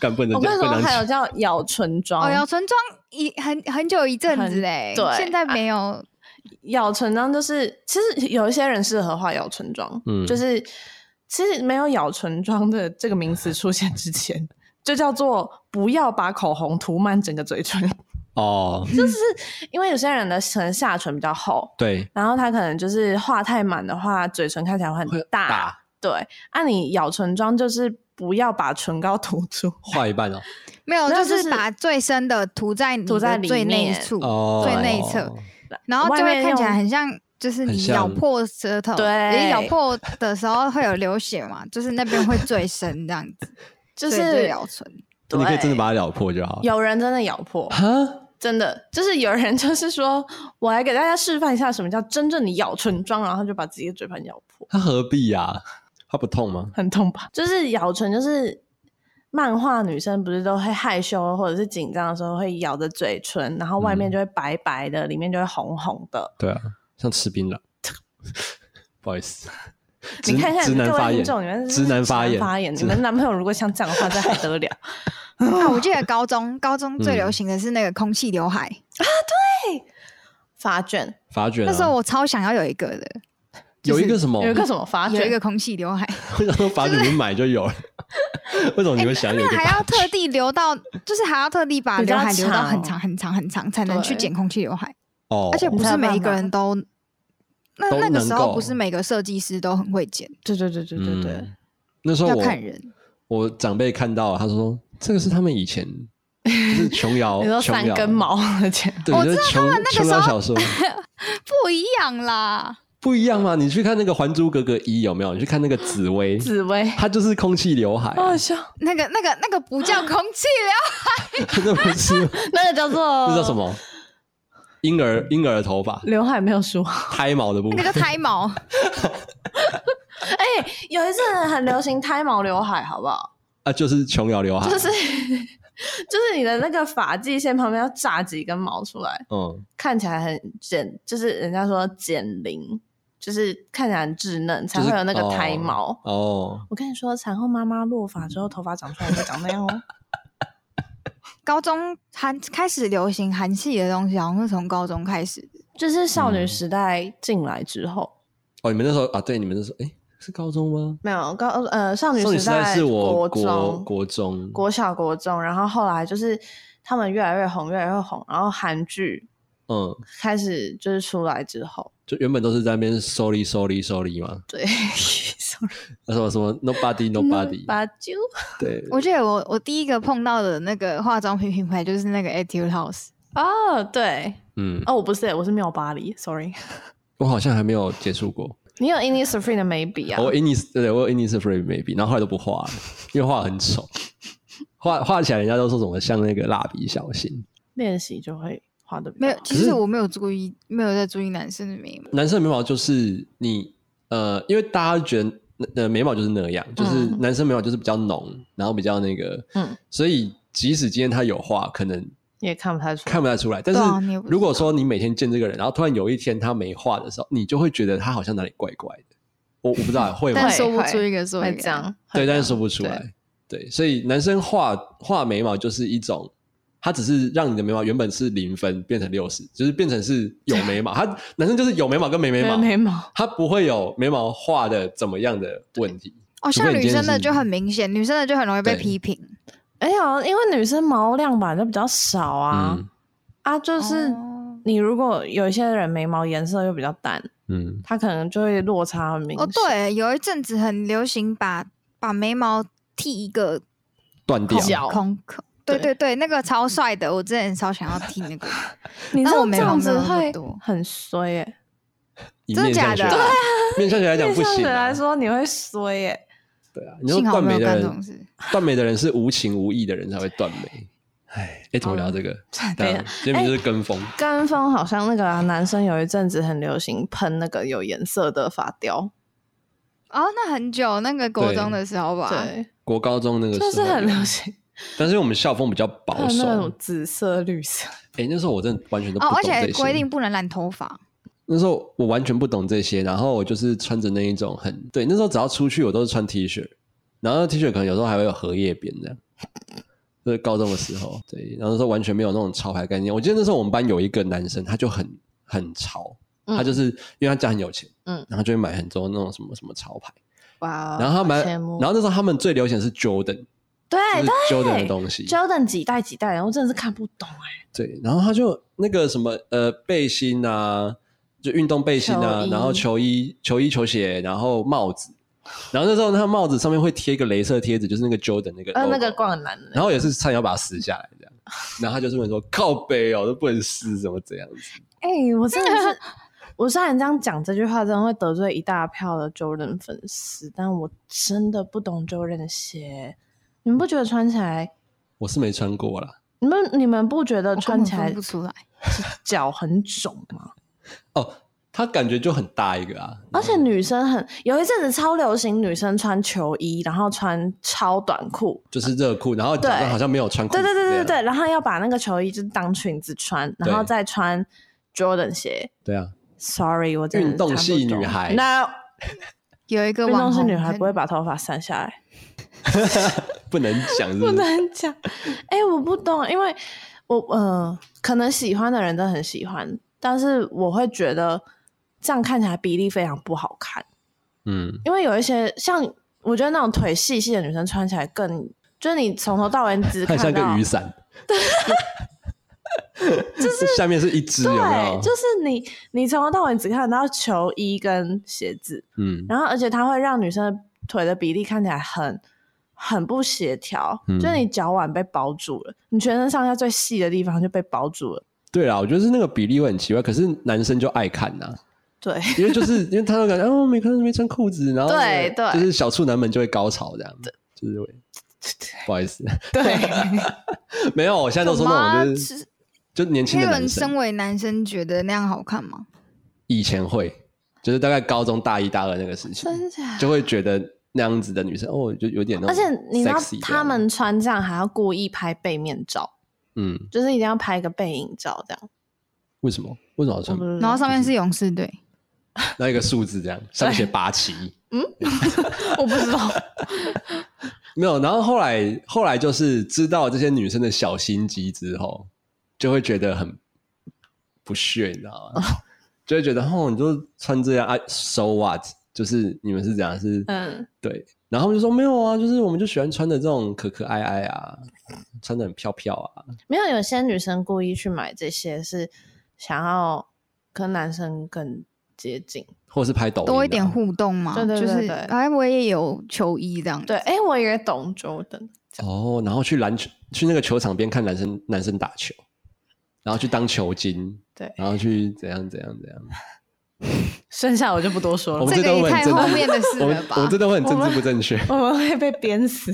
Speaker 3: 敢不
Speaker 2: 我
Speaker 3: 能
Speaker 2: 跟
Speaker 3: 讲，
Speaker 2: 你
Speaker 3: 不
Speaker 2: 说，
Speaker 3: 能
Speaker 2: 还有
Speaker 3: 讲。
Speaker 2: 叫咬唇妆，
Speaker 1: 哦，姚纯庄一很很久一阵子
Speaker 2: 很
Speaker 1: 嘞，
Speaker 2: 对啊
Speaker 1: 现在没有
Speaker 2: 咬唇妆就是，其实有一些人适合画咬唇妆，
Speaker 3: 嗯
Speaker 2: 就是其实没有咬唇妆的这个名词出现之前， 就叫做不要把口红涂满整个嘴唇，
Speaker 3: 哦，
Speaker 2: 因为有些人的可能下唇比较厚，
Speaker 3: 对，
Speaker 2: 然后他可能就是画太满的话，嘴唇看起来会很
Speaker 3: 会
Speaker 2: 大，
Speaker 3: 大
Speaker 2: 对，啊，你咬唇妆就是不要把唇膏涂住，
Speaker 3: 画一半哦，
Speaker 1: 没有，
Speaker 2: 没有
Speaker 1: 就
Speaker 2: 就是
Speaker 1: 是把最深的涂在你
Speaker 2: 涂在
Speaker 1: 的
Speaker 2: 里
Speaker 1: 最内
Speaker 2: 面
Speaker 1: 处，嗯
Speaker 3: 哦，
Speaker 1: 最内侧，然后
Speaker 2: 外
Speaker 1: 就会
Speaker 2: 面
Speaker 1: 看起来
Speaker 2: 用
Speaker 1: 很像，就是
Speaker 3: 很
Speaker 1: 你
Speaker 3: 像
Speaker 1: 咬破舌头，
Speaker 2: 对
Speaker 1: 你咬破的时候会有流血嘛，就是那边会最深这样子，
Speaker 2: 就
Speaker 1: 所以就是咬唇。
Speaker 3: 那你可以真的
Speaker 2: 对
Speaker 3: 把它咬破就好。
Speaker 2: 有人真的咬破，
Speaker 3: 哈，
Speaker 2: 真的就是有人就是说，我来给大家示范一下什么叫真正的咬唇妆，然后就把自己的嘴巴咬破，
Speaker 3: 它何必呀？它不痛吗？
Speaker 2: 很痛吧？就是咬唇，就是漫画女生不是都会害羞或者是紧张的时候会咬着嘴唇，然后外面
Speaker 3: 嗯
Speaker 2: 就会白白的，里面就会红红的。
Speaker 3: 对啊，像吃槟榔。 不好意思，直
Speaker 2: 你看看
Speaker 3: 直男
Speaker 2: 各
Speaker 3: 发
Speaker 2: 位听
Speaker 3: 言
Speaker 2: 众，你们，
Speaker 3: 直男发
Speaker 2: 言，
Speaker 3: 言，
Speaker 2: 发言，你
Speaker 3: 直
Speaker 2: 们男朋友如果像这样的话，这还得了？
Speaker 1: 啊，我记得高中高中最流
Speaker 3: 哦嗯
Speaker 1: 行的是那个空气刘海，
Speaker 2: 发 卷
Speaker 3: 发卷啊。
Speaker 1: 那时候我超想要有一个的，
Speaker 3: 有一个什么，
Speaker 2: 有一个什么发卷？
Speaker 1: 有一个空气刘海，
Speaker 3: 为什么法卷你买就 有了？为什么你会想有一
Speaker 1: 哎那
Speaker 3: 个
Speaker 1: 还
Speaker 3: 法
Speaker 1: 要
Speaker 3: 卷？
Speaker 1: 特地留到，就是还要特地把
Speaker 2: 比较
Speaker 1: 刘海留到很长
Speaker 2: 长
Speaker 1: 很长很长，才能去
Speaker 2: 对
Speaker 1: 剪空气刘海，
Speaker 3: 哦，
Speaker 1: 而且不
Speaker 2: 才
Speaker 1: 是
Speaker 2: 有
Speaker 1: 每一
Speaker 2: 办
Speaker 1: 个
Speaker 2: 法
Speaker 1: 人都。那
Speaker 3: 都
Speaker 1: 那个
Speaker 3: 能
Speaker 1: 时候
Speaker 3: 够
Speaker 1: 不是每个设计师都很会剪，
Speaker 2: 对对对对对对，
Speaker 3: 嗯那时候
Speaker 1: 要
Speaker 3: 我
Speaker 1: 看人。
Speaker 3: 我长辈看到，他说这个是他们 以前就是琼瑶，
Speaker 2: 你说
Speaker 3: 琼
Speaker 2: 三
Speaker 3: 瑶
Speaker 2: 根，毛的钱，
Speaker 3: 对，
Speaker 1: 我啊
Speaker 3: 就是琼琼瑶小说
Speaker 1: 不一样啦，
Speaker 3: 不一样吗？你去看那个《还珠格格一》有没有？你去看那个紫薇，
Speaker 2: 紫 薇，
Speaker 3: 她就是空气刘海
Speaker 2: 好
Speaker 3: 啊、
Speaker 2: 好笑，
Speaker 1: 那个、那个、那个不叫空气流，
Speaker 3: 那不是
Speaker 2: 那个叫做
Speaker 3: 那叫什？么？婴儿婴儿的头 发，
Speaker 2: 刘海没有梳好。
Speaker 3: 胎毛的部
Speaker 1: 那个，
Speaker 3: 分
Speaker 1: 叫胎毛。
Speaker 2: 哎、有一阵很流行胎毛刘海，好不好？
Speaker 3: 啊，就是琼瑶刘海，
Speaker 2: 就是就是你的那个发际线旁边要炸几根毛出来，
Speaker 3: 嗯，
Speaker 2: 看起来很减，就是人家说减龄，就是看起来很稚嫩，才
Speaker 3: 就是
Speaker 2: 会有那个胎毛。
Speaker 3: 哦，
Speaker 2: 我跟你说，产后妈妈落发之后，头发长出来会长那样哦。
Speaker 1: 高中韩开始流行韩系的东西，好像是从高中开始的。
Speaker 2: 就是少女时代进来之后，
Speaker 3: 哦，你们那时候啊，对，你们那时候，哎、是高中吗？
Speaker 2: 嗯没有高呃少女
Speaker 3: 少女时代
Speaker 2: 代
Speaker 3: 是我
Speaker 2: 国
Speaker 3: 国
Speaker 2: 中
Speaker 3: 国中
Speaker 2: 国小国中，然后后来就是他们越来越红，越来越红，然后韩剧
Speaker 3: 嗯，
Speaker 2: 开始就是出来之后，
Speaker 3: 就原本都是在那边 sorry sorry sorry 嘛，
Speaker 2: 对，sorry，
Speaker 3: 那什么什么 nobody nobody，
Speaker 2: 把酒
Speaker 3: 对，
Speaker 1: 我记得我我第一个碰到的那个化妆品品牌就是那个 Etude House，
Speaker 2: 哦，对，
Speaker 3: 嗯，
Speaker 2: 哦，我不是欸，我是妙巴黎，sorry，
Speaker 3: 我好像还没有接触过。
Speaker 2: 你有 Innisfree 的眉笔啊？
Speaker 3: 我 Innis 对，我有 Innisfree maybe，然后后来都不画了，因为画得很丑，画画起来人家都说什么像那个蜡笔小新。
Speaker 2: 练习就会画的
Speaker 1: 没有，其
Speaker 3: 可是
Speaker 1: 实我没有注意，没有在注意男生的眉毛。
Speaker 3: 男生的眉毛就是你呃，因为大家觉得呃眉毛就是那样，就是
Speaker 2: 嗯
Speaker 3: 男生眉毛就是比较浓，然后比较那个，
Speaker 2: 嗯，
Speaker 3: 所以即使今天他有画，可能
Speaker 2: 也看不太出来。
Speaker 3: 看不太出来。但
Speaker 1: 对啊你也
Speaker 3: 是
Speaker 1: 不知道
Speaker 3: 如果说你每天见这个人，然后突然有一天他没画的时候，你就会觉得他好像哪里怪怪的。我我不 知道会吗
Speaker 1: 但？
Speaker 2: 会
Speaker 1: 说不
Speaker 2: 会
Speaker 1: 出一个说
Speaker 2: 会
Speaker 1: 一个
Speaker 2: 这样，
Speaker 3: 对，
Speaker 2: 会
Speaker 3: 但
Speaker 2: 这
Speaker 3: 是
Speaker 2: 样
Speaker 3: 说不出
Speaker 2: 对
Speaker 3: 来。对，所以男生画画眉毛就是一种，它只是让你的眉毛原本是零分变成六十，就是变成是有眉毛。他男生就是有眉毛跟没眉
Speaker 2: 因为
Speaker 3: 毛，
Speaker 2: 眉毛，
Speaker 3: 他不会有眉毛画的怎么样的问题。
Speaker 1: 哦，
Speaker 3: 除非
Speaker 1: 像
Speaker 3: 你
Speaker 1: 女
Speaker 3: 今天
Speaker 1: 生的
Speaker 3: 是
Speaker 1: 就很明显，女生的就很容易被
Speaker 3: 对
Speaker 1: 批评。
Speaker 2: 哎呀，因为女生毛量吧就比较少啊，
Speaker 3: 嗯
Speaker 2: 啊，就是
Speaker 1: 哦
Speaker 2: 你如果有一些人眉毛颜色又比较淡，
Speaker 3: 嗯，
Speaker 2: 他可能就会落差很明显。
Speaker 1: 哦，，对，有一阵子很流行把把眉毛剃一个
Speaker 3: 断掉
Speaker 1: 孔
Speaker 2: 角
Speaker 1: 孔孔。对对
Speaker 2: 对
Speaker 1: 对，那个超帅的，我之前超想要剃 那个。
Speaker 2: 你知
Speaker 1: 但
Speaker 2: 道
Speaker 1: 我眉
Speaker 2: 这
Speaker 1: 毛
Speaker 2: 样
Speaker 1: 没有
Speaker 2: 子
Speaker 1: 那么
Speaker 2: 会
Speaker 1: 多
Speaker 2: 很衰耶、
Speaker 3: 以
Speaker 1: 真的
Speaker 3: 面
Speaker 1: 假
Speaker 3: 相学
Speaker 1: 的对啊
Speaker 3: 面相学来讲
Speaker 2: 面
Speaker 3: 不
Speaker 2: 向
Speaker 3: 行
Speaker 2: 谁
Speaker 3: 啊、
Speaker 2: 来说你会衰耶、
Speaker 3: 对啊，你说
Speaker 1: 幸好
Speaker 3: 断
Speaker 1: 没有
Speaker 3: 眉的
Speaker 1: 干这种
Speaker 3: 人，
Speaker 1: 事。
Speaker 3: 断眉的人是无情无义的人才会断眉。哎，哎，怎
Speaker 1: 哦
Speaker 3: 么聊这个？
Speaker 2: 等一
Speaker 3: 对
Speaker 2: 下
Speaker 3: 啊，今天不是跟风，
Speaker 2: 跟风好像那个啊，男生有一阵子很流行喷那个有颜色的发雕，
Speaker 1: 哦，那很久，那个国
Speaker 3: 对
Speaker 1: 中的时候吧，
Speaker 2: 对，
Speaker 3: 国高中那个
Speaker 2: 就是
Speaker 3: 时候
Speaker 2: 很
Speaker 3: 有
Speaker 2: 流行
Speaker 3: 但是我们校风比较保
Speaker 2: 喷
Speaker 3: 守，
Speaker 2: 那种紫色、绿色。
Speaker 3: 哎、那时候我真的完全都不
Speaker 1: 哦，
Speaker 3: 懂
Speaker 1: 而
Speaker 3: 这些。
Speaker 1: 且规定不能染头发，
Speaker 3: 那时候我完全不懂这些，然后我就是穿着那一种很对，那时候只要出去我都是穿 T 恤，然后 T 恤可能有时候还会有荷叶边这样。就是高中的时候，对，然后那时候完全没有那种潮牌概念。我记得那时候我们班有一个男生，他就很很潮，
Speaker 2: 嗯
Speaker 3: 他就是因为他家很有钱，
Speaker 2: 嗯
Speaker 3: 嗯，然后就会买很多那种什么什么潮牌，
Speaker 2: 哇哦，
Speaker 3: 然后他
Speaker 2: 好
Speaker 3: 买，
Speaker 2: 羡
Speaker 3: 然
Speaker 2: 慕
Speaker 3: 后那时候他们最流行的是 Jordan，
Speaker 2: 对
Speaker 3: 就是
Speaker 2: 对
Speaker 3: Jordan 的东西，
Speaker 2: ，Jordan 几代几代，然后真的是看不懂哎、
Speaker 3: 对，然后他就那个什么呃背心啊，就运动背心啊
Speaker 2: 球，衣
Speaker 3: 然后球衣、球衣、球鞋，然后帽子，然后那时候他帽子上面会贴一个镭射贴纸，就是那个 Jordan 那个 logo,
Speaker 2: 呃，那个灌篮的，
Speaker 3: 然后也是差点要把它撕下来这样，然后他就是问说靠背哦都不能撕，怎么这样子？
Speaker 2: 哎、我真的是， 我虽然这样讲这句话，真的会得罪一大票的 Jordan 粉丝，但我真的不懂 Jordan 鞋。你们不觉得穿起来？
Speaker 3: 我是没穿过啦。
Speaker 2: 你们你们不觉得
Speaker 1: 我根
Speaker 2: 穿
Speaker 1: 本
Speaker 2: 起来
Speaker 1: 分不出来。
Speaker 2: 脚很肿吗？
Speaker 3: 哦，他感觉就很大一个啊，
Speaker 2: 而且女生很有一阵子超流行，女生穿球衣，然后穿超短裤，
Speaker 3: 就是热裤，然后假
Speaker 2: 对
Speaker 3: 装好像没有穿裤
Speaker 2: 对
Speaker 3: 子
Speaker 2: 对
Speaker 3: 这样，
Speaker 2: 对对对，然后要把那个球衣就是当裙子穿，然后
Speaker 3: 对
Speaker 2: 再穿 Jordan 鞋。
Speaker 3: 对啊，
Speaker 2: Sorry，我真的
Speaker 3: 运动系女孩
Speaker 2: 那
Speaker 1: 有一个
Speaker 2: 运
Speaker 1: 网
Speaker 2: 动系
Speaker 1: 红，
Speaker 2: 女孩不会把头发散下来，
Speaker 3: 不能讲是不
Speaker 2: 不
Speaker 3: 是？
Speaker 2: 能讲。哎、我不懂，因为我呃，可能喜欢的人真的很喜欢，但是我会觉得这样看起来比例非常不好看。
Speaker 3: 嗯，
Speaker 2: 因为有一些像我觉得那种腿细细的女生穿起来更，就是你从头到尾你只
Speaker 3: 它
Speaker 2: 看
Speaker 3: 很像
Speaker 2: 到
Speaker 3: 个 雨伞， 就是下面是一只有没有？
Speaker 2: 对，就是你你从头到尾只看得到球衣跟鞋子，
Speaker 3: 嗯，
Speaker 2: 然后而且它会让女生的腿的比例看起来很很不协调，
Speaker 3: 嗯
Speaker 2: 就是你脚腕被包住了，你全身上下最细的地方就被包住了。
Speaker 3: 对啦，我觉得是那个比例会很奇怪，可是男生就爱 看呐、
Speaker 2: 对，
Speaker 3: 因为就是因为他都感觉哦，没看没穿裤子，然后那个
Speaker 2: 对对
Speaker 3: 就是小处男们就会高潮这样，就是会不好意思，
Speaker 2: 对， 啊
Speaker 3: 没有，我现在都说那种就是
Speaker 1: 是
Speaker 3: 就年轻的
Speaker 1: K
Speaker 3: 男
Speaker 1: 伦
Speaker 3: 生
Speaker 1: 身为男生觉得那样好看吗？
Speaker 3: 以前会，就是大概高中大一大二那个时期，
Speaker 2: 真假？
Speaker 3: 就会觉得那样子的女生哦，就有点那
Speaker 2: 而且
Speaker 3: 种 sexy 这
Speaker 2: 你
Speaker 3: 样，
Speaker 2: 知道他们穿这样还要故意拍背面照，
Speaker 3: 嗯，
Speaker 2: 就是一定要拍一个背影照这样。
Speaker 3: 为什么为什么要
Speaker 2: 我
Speaker 3: 穿
Speaker 2: 不知道
Speaker 1: 然后上面是勇士队，
Speaker 3: 那一个数字这样，上面写八旗？
Speaker 2: 我不知道，
Speaker 3: 没有，然后后来后来就是知道这些女生的小心机之后，就会觉得很不屑，你知道
Speaker 1: 哦
Speaker 3: 吗？就会觉得哦，你就穿这样啊，so what？就是你们是怎样是
Speaker 2: 嗯，
Speaker 3: 对，然后他们就说没有啊，就是我们就喜欢穿的这种可可爱爱啊，穿的很飘飘啊，
Speaker 2: 没有，有些女生故意去买这些是想要跟男生更接近。
Speaker 3: 或者是拍抖音、啊
Speaker 1: 多一点，互动嘛，
Speaker 2: 对对对
Speaker 1: 就是
Speaker 2: 对
Speaker 1: 哎，我也有球衣这样，
Speaker 2: 对，，哎、我也懂 Jordan，
Speaker 3: 哦，然后去篮球去那个球场边看男生男生打球，然后去当球精，
Speaker 2: 对，
Speaker 3: 然后去怎样怎样怎样。
Speaker 2: 剩下我就不多说
Speaker 3: 我
Speaker 2: 了
Speaker 3: 们，
Speaker 1: 哦这
Speaker 3: 这
Speaker 1: 个
Speaker 3: 都
Speaker 1: 也
Speaker 3: 会很
Speaker 1: 太
Speaker 3: 政
Speaker 1: 后
Speaker 3: 治
Speaker 1: 面的事
Speaker 3: 我
Speaker 1: 了
Speaker 3: 们我
Speaker 1: 吧
Speaker 3: 们？真的会很
Speaker 2: 我
Speaker 3: 政治
Speaker 2: 们
Speaker 3: 不 正确。
Speaker 2: 我们会被鞭死。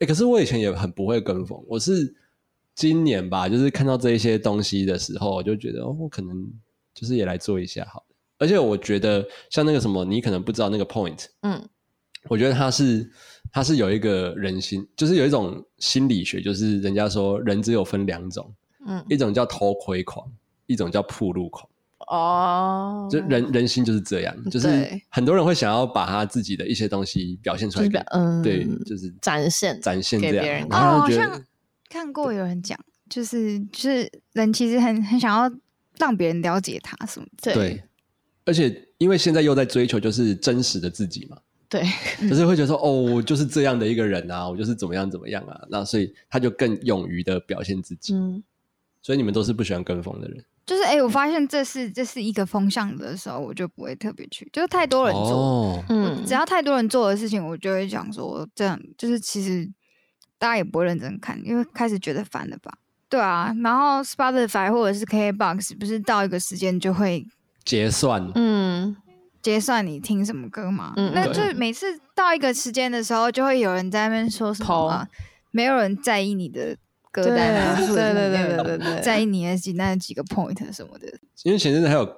Speaker 3: 哎、可是我以前也很不会跟风，我是今年吧，就是看到这一些东西的时候，我就觉得哦，我可能就是也来做一下好了。而且我觉得像那个什么，你可能不知道那个 point，
Speaker 2: 嗯，
Speaker 3: 我觉得它是它是有一个人心，就是有一种心理学，就是人家说人只有分两种，
Speaker 2: 嗯，
Speaker 3: 一种叫偷窥狂，一种叫铺路狂。
Speaker 2: 哦，
Speaker 3: 就人人心就是这样，就是
Speaker 2: 对
Speaker 3: 很多人会想要把他自己的一些东西表现出
Speaker 2: 就
Speaker 3: 来
Speaker 2: 是
Speaker 3: 给，
Speaker 2: 表嗯，
Speaker 3: 对，就是
Speaker 2: 展现
Speaker 3: 展现
Speaker 2: 给
Speaker 3: 这
Speaker 2: 别人
Speaker 3: 样，
Speaker 2: 看
Speaker 3: 然
Speaker 1: 哦，
Speaker 3: 后
Speaker 1: 好
Speaker 3: 觉得、
Speaker 1: 像看过有人讲，就是就是人其实很很想要让别人了解他什么的，
Speaker 2: 对
Speaker 3: 对，而且因为现在又在追求就是真实的自己嘛，
Speaker 2: 对
Speaker 1: 嗯
Speaker 3: 就是会觉得说哦，我就是这样的一个人啊，我就是怎么样怎么样啊，那所以他就更勇于的表现自己，
Speaker 2: 嗯，
Speaker 3: 所以你们都是不喜欢跟风的人
Speaker 1: 就是哎、我发现这是这是一个风向的时候，我就不会特别去，就是太多人做，
Speaker 3: 哦，
Speaker 2: 嗯，
Speaker 1: 只要太多人做的事情，我就会想说，这样就是其实大家也不会认真看，因为开始觉得烦了吧？对啊，然后 Spotify 或者是 KBox 不是到一个时间就会
Speaker 3: 结算，
Speaker 2: 嗯，
Speaker 1: 结算你听什么歌嘛？
Speaker 2: 嗯
Speaker 1: 那
Speaker 3: 对
Speaker 1: 就是每次到一个时间的时候，就会有人在那边说什么、
Speaker 2: 投
Speaker 1: 啊，没有人在意你的歌
Speaker 2: 对
Speaker 1: 单啊，或
Speaker 2: 对
Speaker 1: 者
Speaker 2: 对
Speaker 1: 是
Speaker 2: 对
Speaker 1: 那个
Speaker 2: 对对对，
Speaker 1: 在意你的几那几个 point 什么的，
Speaker 3: 因为前阵子还有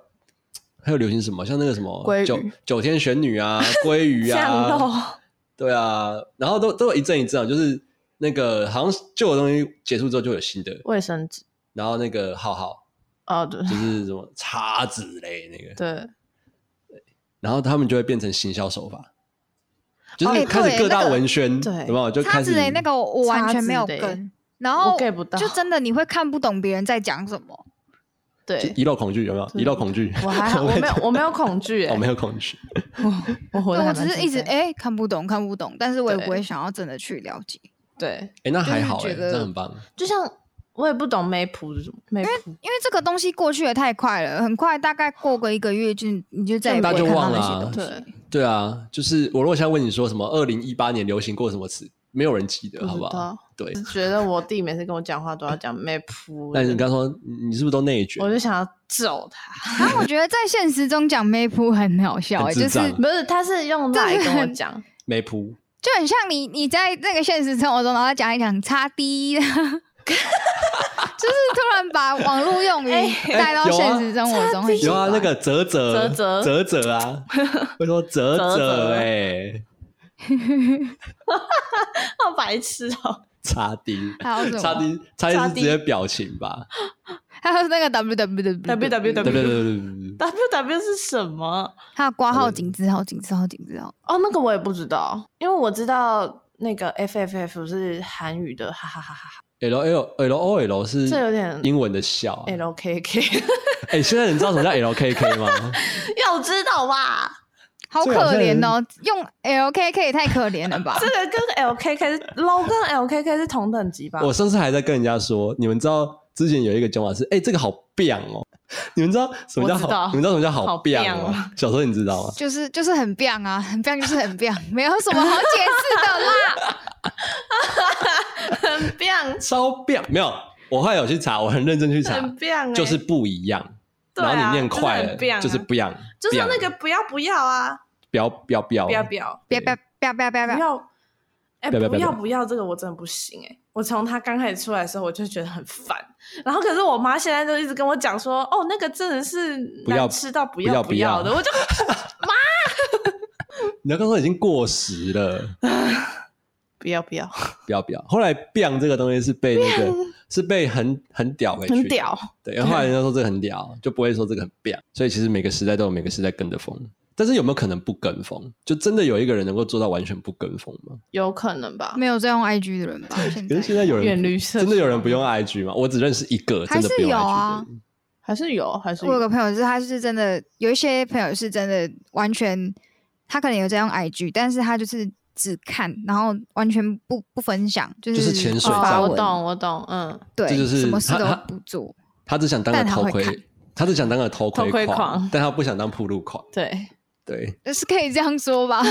Speaker 3: 还有流行什么，像那个什
Speaker 2: 鲑
Speaker 3: 么
Speaker 2: 鱼
Speaker 3: 九九天玄女啊，鲑鱼
Speaker 2: 酱肉
Speaker 3: 啊，对啊，然后都都有一阵一阵啊，就是那个好像旧的东西结束之后就有新的，
Speaker 2: 卫生纸
Speaker 3: 然后那个浩浩
Speaker 2: 哦，对
Speaker 3: 就是什么叉子类那个，
Speaker 2: 对，
Speaker 3: 然后他们就会变成行销手法，就是
Speaker 1: 哎
Speaker 3: 开始
Speaker 1: 对
Speaker 3: 各大
Speaker 1: 那个
Speaker 3: 文宣，
Speaker 2: 对
Speaker 3: 有没有？就
Speaker 1: 叉
Speaker 3: 开
Speaker 1: 子
Speaker 3: 始
Speaker 1: 嘞，那个我我完
Speaker 2: 叉
Speaker 1: 全
Speaker 2: 子
Speaker 1: 没有
Speaker 2: 嘞
Speaker 1: 跟，然
Speaker 2: 我
Speaker 1: 后
Speaker 2: get 不到，
Speaker 1: 就真的你会看不懂别人在讲什么。
Speaker 3: 就
Speaker 2: 对
Speaker 3: 遗漏恐惧有没有？
Speaker 2: 对
Speaker 3: 遗漏恐惧，
Speaker 2: 我 还好，我没有我没有恐惧，
Speaker 3: 哦我没
Speaker 2: 有，
Speaker 3: 有恐惧。
Speaker 2: 我活
Speaker 1: 对，
Speaker 2: 得
Speaker 1: 我
Speaker 2: 还
Speaker 1: 只
Speaker 2: 蛮
Speaker 1: 是一
Speaker 2: 自
Speaker 1: 直
Speaker 2: 在
Speaker 1: 哎、看不懂看不懂，但是我也
Speaker 2: 对
Speaker 1: 不会想要真的去了解。
Speaker 2: 对，
Speaker 3: 哎，那还
Speaker 1: 就是
Speaker 3: 好哎，
Speaker 1: 觉得
Speaker 3: 这很棒。
Speaker 2: 就像我也不懂 Map 是什么，Map
Speaker 1: 因为这个东西过去也太快了，很快，大概过个一个月就你就再也不
Speaker 3: 大家
Speaker 1: 会看
Speaker 3: 就
Speaker 1: 到
Speaker 3: 忘
Speaker 1: 那
Speaker 3: 了
Speaker 1: 些
Speaker 3: 啊
Speaker 1: 东西。
Speaker 2: 对，
Speaker 3: 对啊，就是我如果现在问你说什么二零一八年流行过什么词，没有人记得，
Speaker 2: 不
Speaker 3: 好
Speaker 2: 知
Speaker 3: 不好？
Speaker 2: 道，
Speaker 3: 对
Speaker 2: 只，觉得我弟每次跟我讲话都要讲 Map，
Speaker 3: 那你刚说你你是不是都内卷
Speaker 2: 我？就想要揍他，
Speaker 1: 然 后我觉得在现实中讲 map 很好笑、
Speaker 3: 啊很
Speaker 1: 欸，
Speaker 3: 智
Speaker 1: 就是
Speaker 3: 障
Speaker 1: 就
Speaker 2: 不是，他是用
Speaker 1: 这
Speaker 2: 赖
Speaker 1: 是
Speaker 2: 跟我
Speaker 1: 很
Speaker 2: 讲，
Speaker 3: 没谱，
Speaker 1: 很像你你在那个现实生活中，然后讲一讲叉 D，就是突然把网络用语带到
Speaker 3: 有啊
Speaker 1: 现实生活中很奇
Speaker 3: 有
Speaker 1: 怪，
Speaker 3: 啊，那个泽泽
Speaker 2: 啧啧
Speaker 3: 泽泽 啊，会说泽
Speaker 2: 啧
Speaker 3: 泽
Speaker 2: 啧
Speaker 3: 哎，
Speaker 2: 好白痴哦，
Speaker 3: 差低
Speaker 1: 还有什么
Speaker 3: 差低差
Speaker 2: 差
Speaker 3: 低是
Speaker 2: 低
Speaker 3: 直接表情 吧？
Speaker 1: 还有那个 w w w
Speaker 2: www
Speaker 3: 对对对对对对，
Speaker 2: W W 是什么？
Speaker 1: 还有挂号井字号井字号井字号，
Speaker 2: 哦，那个我也不知道，因为我知道那个 F F F 是韩语的，哈哈哈哈哈。
Speaker 3: 对 L L L O L 是
Speaker 2: 这有点
Speaker 3: 嗯英文的笑啊。
Speaker 2: L K K，
Speaker 3: 哎，现在你知道什么叫 L K K 吗？
Speaker 2: 要知道吧？
Speaker 1: 好
Speaker 3: 这个好
Speaker 1: 可
Speaker 3: 像
Speaker 1: 怜哦，用 LKK 也太可怜了吧
Speaker 2: 这？个跟 L K K 是 low 跟 L K K 是同等级吧？
Speaker 3: 我上次还在跟人家说，你们知道之前有一个讲法是，哎、这个好棒哦。你们知道什么叫
Speaker 2: 我知道
Speaker 3: 好？你们知道什么叫好棒
Speaker 2: 好棒
Speaker 3: 吗？
Speaker 2: 哦
Speaker 3: 小时候你知道吗？
Speaker 1: 就是就是很 biang 啊，很 biang 就是很 biang，没有什么好解释的 啦。
Speaker 2: 很棒，
Speaker 3: 超棒，没有。我后来有去查，我很认真去查，
Speaker 2: 很棒、欸，
Speaker 3: 就是不一样。
Speaker 2: 对啊
Speaker 3: 然后你念快了，
Speaker 2: 就是是很棒啊
Speaker 3: 不一样，
Speaker 2: 就是那个
Speaker 3: 棒
Speaker 2: 不要不要啊，
Speaker 3: 标标标
Speaker 2: 不要不要
Speaker 1: 别别别别别
Speaker 2: 不
Speaker 1: 别！
Speaker 2: 要，哎、
Speaker 3: 不要
Speaker 2: 不
Speaker 3: 不要不要
Speaker 2: 要不要，这个我真的不行哎、我从他刚开始出来的时候，我就觉得很烦。然后可是我妈现在就一直跟我讲说，哦，那个真的是
Speaker 3: 不要
Speaker 2: 难吃到不
Speaker 3: 不要
Speaker 2: 要
Speaker 3: 不要
Speaker 2: 的， 我就
Speaker 3: 你要刚说已经过时了，
Speaker 2: 不要不要，
Speaker 3: 不要不要。后来棒这个东西是被那个是被很很屌给取
Speaker 2: 很
Speaker 3: 代
Speaker 2: 屌。
Speaker 3: 对，然后后来人家说这个很屌，就不会说这个很屌，所以其实每个时代都有每个时代跟的风，但是有没有可能不跟风？就真的有一个人能够做到完全不跟风吗？
Speaker 2: 有可能吧？
Speaker 1: 没有在用 IG 的人吧？现
Speaker 3: 可是现在
Speaker 1: 在
Speaker 3: 有人
Speaker 2: 远离社
Speaker 3: 真的有
Speaker 2: 群
Speaker 3: 人不用 IG 吗？我只认识一个真的不
Speaker 1: 还是
Speaker 3: 用 IG 的人
Speaker 1: 有啊
Speaker 2: 还是有，还是
Speaker 1: 我有
Speaker 2: 有。
Speaker 1: 个朋友是，他是真的有一些朋友是真的完全，他可能有在用 IG，但是他就是只看，然后完全不不分享，就是
Speaker 3: 就是潜水
Speaker 1: 发
Speaker 3: 照
Speaker 2: 哦，
Speaker 1: 文
Speaker 2: 我懂，我懂，嗯，
Speaker 1: 对，
Speaker 3: 这就是
Speaker 1: 什么事
Speaker 3: 他
Speaker 1: 都
Speaker 3: 他
Speaker 1: 不做。
Speaker 3: 他只想当个
Speaker 1: 但他
Speaker 3: 头
Speaker 1: 会
Speaker 3: 盔
Speaker 1: 看，
Speaker 3: 他只想当个头盔
Speaker 2: 头盔狂
Speaker 3: 但他不想当铺路狂。
Speaker 2: 对，
Speaker 3: 对，
Speaker 1: 是可以这样说 吧？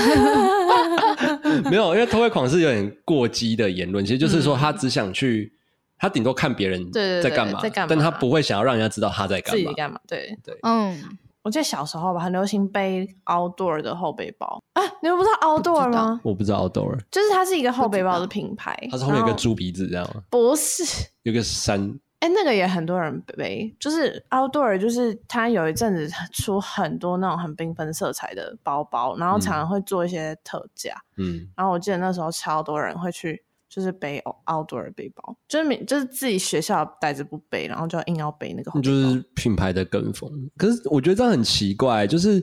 Speaker 3: 没有，因为头盔狂是有点过激的言论，其实就是说他只想去，他顶多看别人
Speaker 2: 对对
Speaker 3: 在
Speaker 2: 对
Speaker 3: 干嘛，
Speaker 2: 在干嘛
Speaker 3: 但他不会想要让人家知道他在
Speaker 2: 自
Speaker 3: 干
Speaker 2: 己
Speaker 3: 嘛。
Speaker 2: 干嘛？对，
Speaker 1: 嗯，
Speaker 2: 我记得小时候吧，很流行背 outdoor 的后背包啊，你们不知道 outdoor 吗？
Speaker 3: 我不知道 Outdoor，
Speaker 2: 就是它是一个后背包的品牌，
Speaker 3: 他是后面有个
Speaker 2: 然
Speaker 3: 猪鼻子，这样吗？
Speaker 2: 不是，
Speaker 3: 有个山，
Speaker 2: 哎、那个也很多人背，就是 outdoor，就是它有一阵子出很多那种很缤纷色彩的包包，然后常常会做一些特价，
Speaker 3: 嗯，
Speaker 2: 然后我记得那时候超多人会去，就是背哦 outdoor 的背包，就是每就是自己学校的袋子不背，然后就硬要背那个后背
Speaker 3: 就
Speaker 2: 包
Speaker 3: 是品牌的跟风。可是我觉得这样很奇怪，就是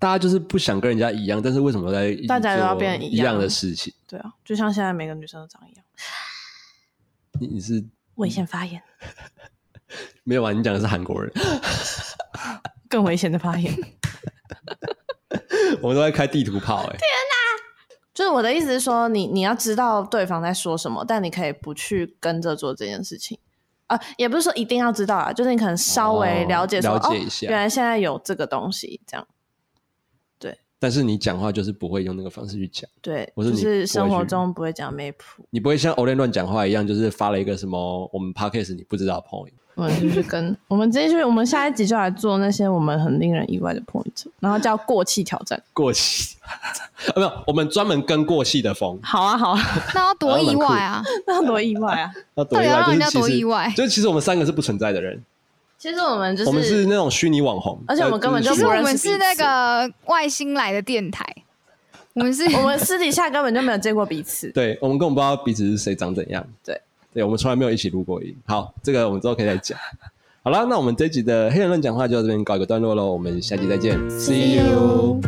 Speaker 3: 大家就是不想跟人家一样，但是为什么在
Speaker 2: 大家都要
Speaker 3: 做
Speaker 2: 变
Speaker 3: 一
Speaker 2: 一样
Speaker 3: 的事情？
Speaker 2: 对啊，就像现在每个女生都长一样。
Speaker 3: 你你是
Speaker 2: 危险发言，
Speaker 3: 没有啊？你讲的是韩国人，
Speaker 2: 更危险的发言。
Speaker 3: 我们都在开地图炮
Speaker 2: 啊
Speaker 3: 哎、
Speaker 2: 就是我的意思是说，你你要知道对方在说什么，但你可以不去跟着做这件事情。啊、也不是说一定要知道啊，就是你可能稍微了解说，
Speaker 3: 哦
Speaker 2: 哦，
Speaker 3: 了解一下
Speaker 2: 原来现在有这个东西，这样。对，
Speaker 3: 但是你讲话就是不会用那个方式去讲，
Speaker 2: 对，
Speaker 3: 或是
Speaker 2: 就
Speaker 3: 你
Speaker 2: 是
Speaker 3: 不
Speaker 2: 生
Speaker 3: 会
Speaker 2: 活
Speaker 3: 去
Speaker 2: 中不会讲 map，
Speaker 3: 你不会像 Olen 乱讲话一样，就是发了一个什么我们 podcast 你不知道的 point。
Speaker 2: 我们就是跟我们这就是我们下一集就来做那些我们很令人意外的 point，然后叫过气挑战。
Speaker 3: 过气， 啊，没有，我们专门跟过气的风。
Speaker 2: 好啊， 好啊，
Speaker 1: 那要多
Speaker 3: 好像
Speaker 1: 意
Speaker 3: 蛮酷
Speaker 1: 外
Speaker 3: 的
Speaker 1: 啊！
Speaker 2: 那多意外啊！
Speaker 3: 那多意
Speaker 1: 到底要
Speaker 3: 外，
Speaker 1: 让
Speaker 3: 就
Speaker 1: 人
Speaker 3: 是
Speaker 1: 家
Speaker 3: 其
Speaker 1: 多
Speaker 3: 实
Speaker 1: 意外
Speaker 3: 就是其实我们三个是不存在的人，
Speaker 2: 其实我们就是
Speaker 3: 我们是那种虚拟网红，
Speaker 2: 而且我们
Speaker 3: 呃
Speaker 2: 根本就
Speaker 1: 其
Speaker 3: 是
Speaker 1: 实
Speaker 2: 不
Speaker 1: 我
Speaker 2: 认识
Speaker 1: 们
Speaker 2: 彼
Speaker 1: 是
Speaker 2: 此
Speaker 1: 那个外星来的电台，我们是
Speaker 2: 我们私底下根本就没有见过彼此。
Speaker 3: 对，我们根本不知道彼此是谁长怎样。
Speaker 2: 对，
Speaker 3: 对，我们从来没有一起录过音。好，这个我们之后可以再讲。好啦，那我们这一集的黑人论讲话就到这边告一个段落喽，我们下期再见
Speaker 2: See you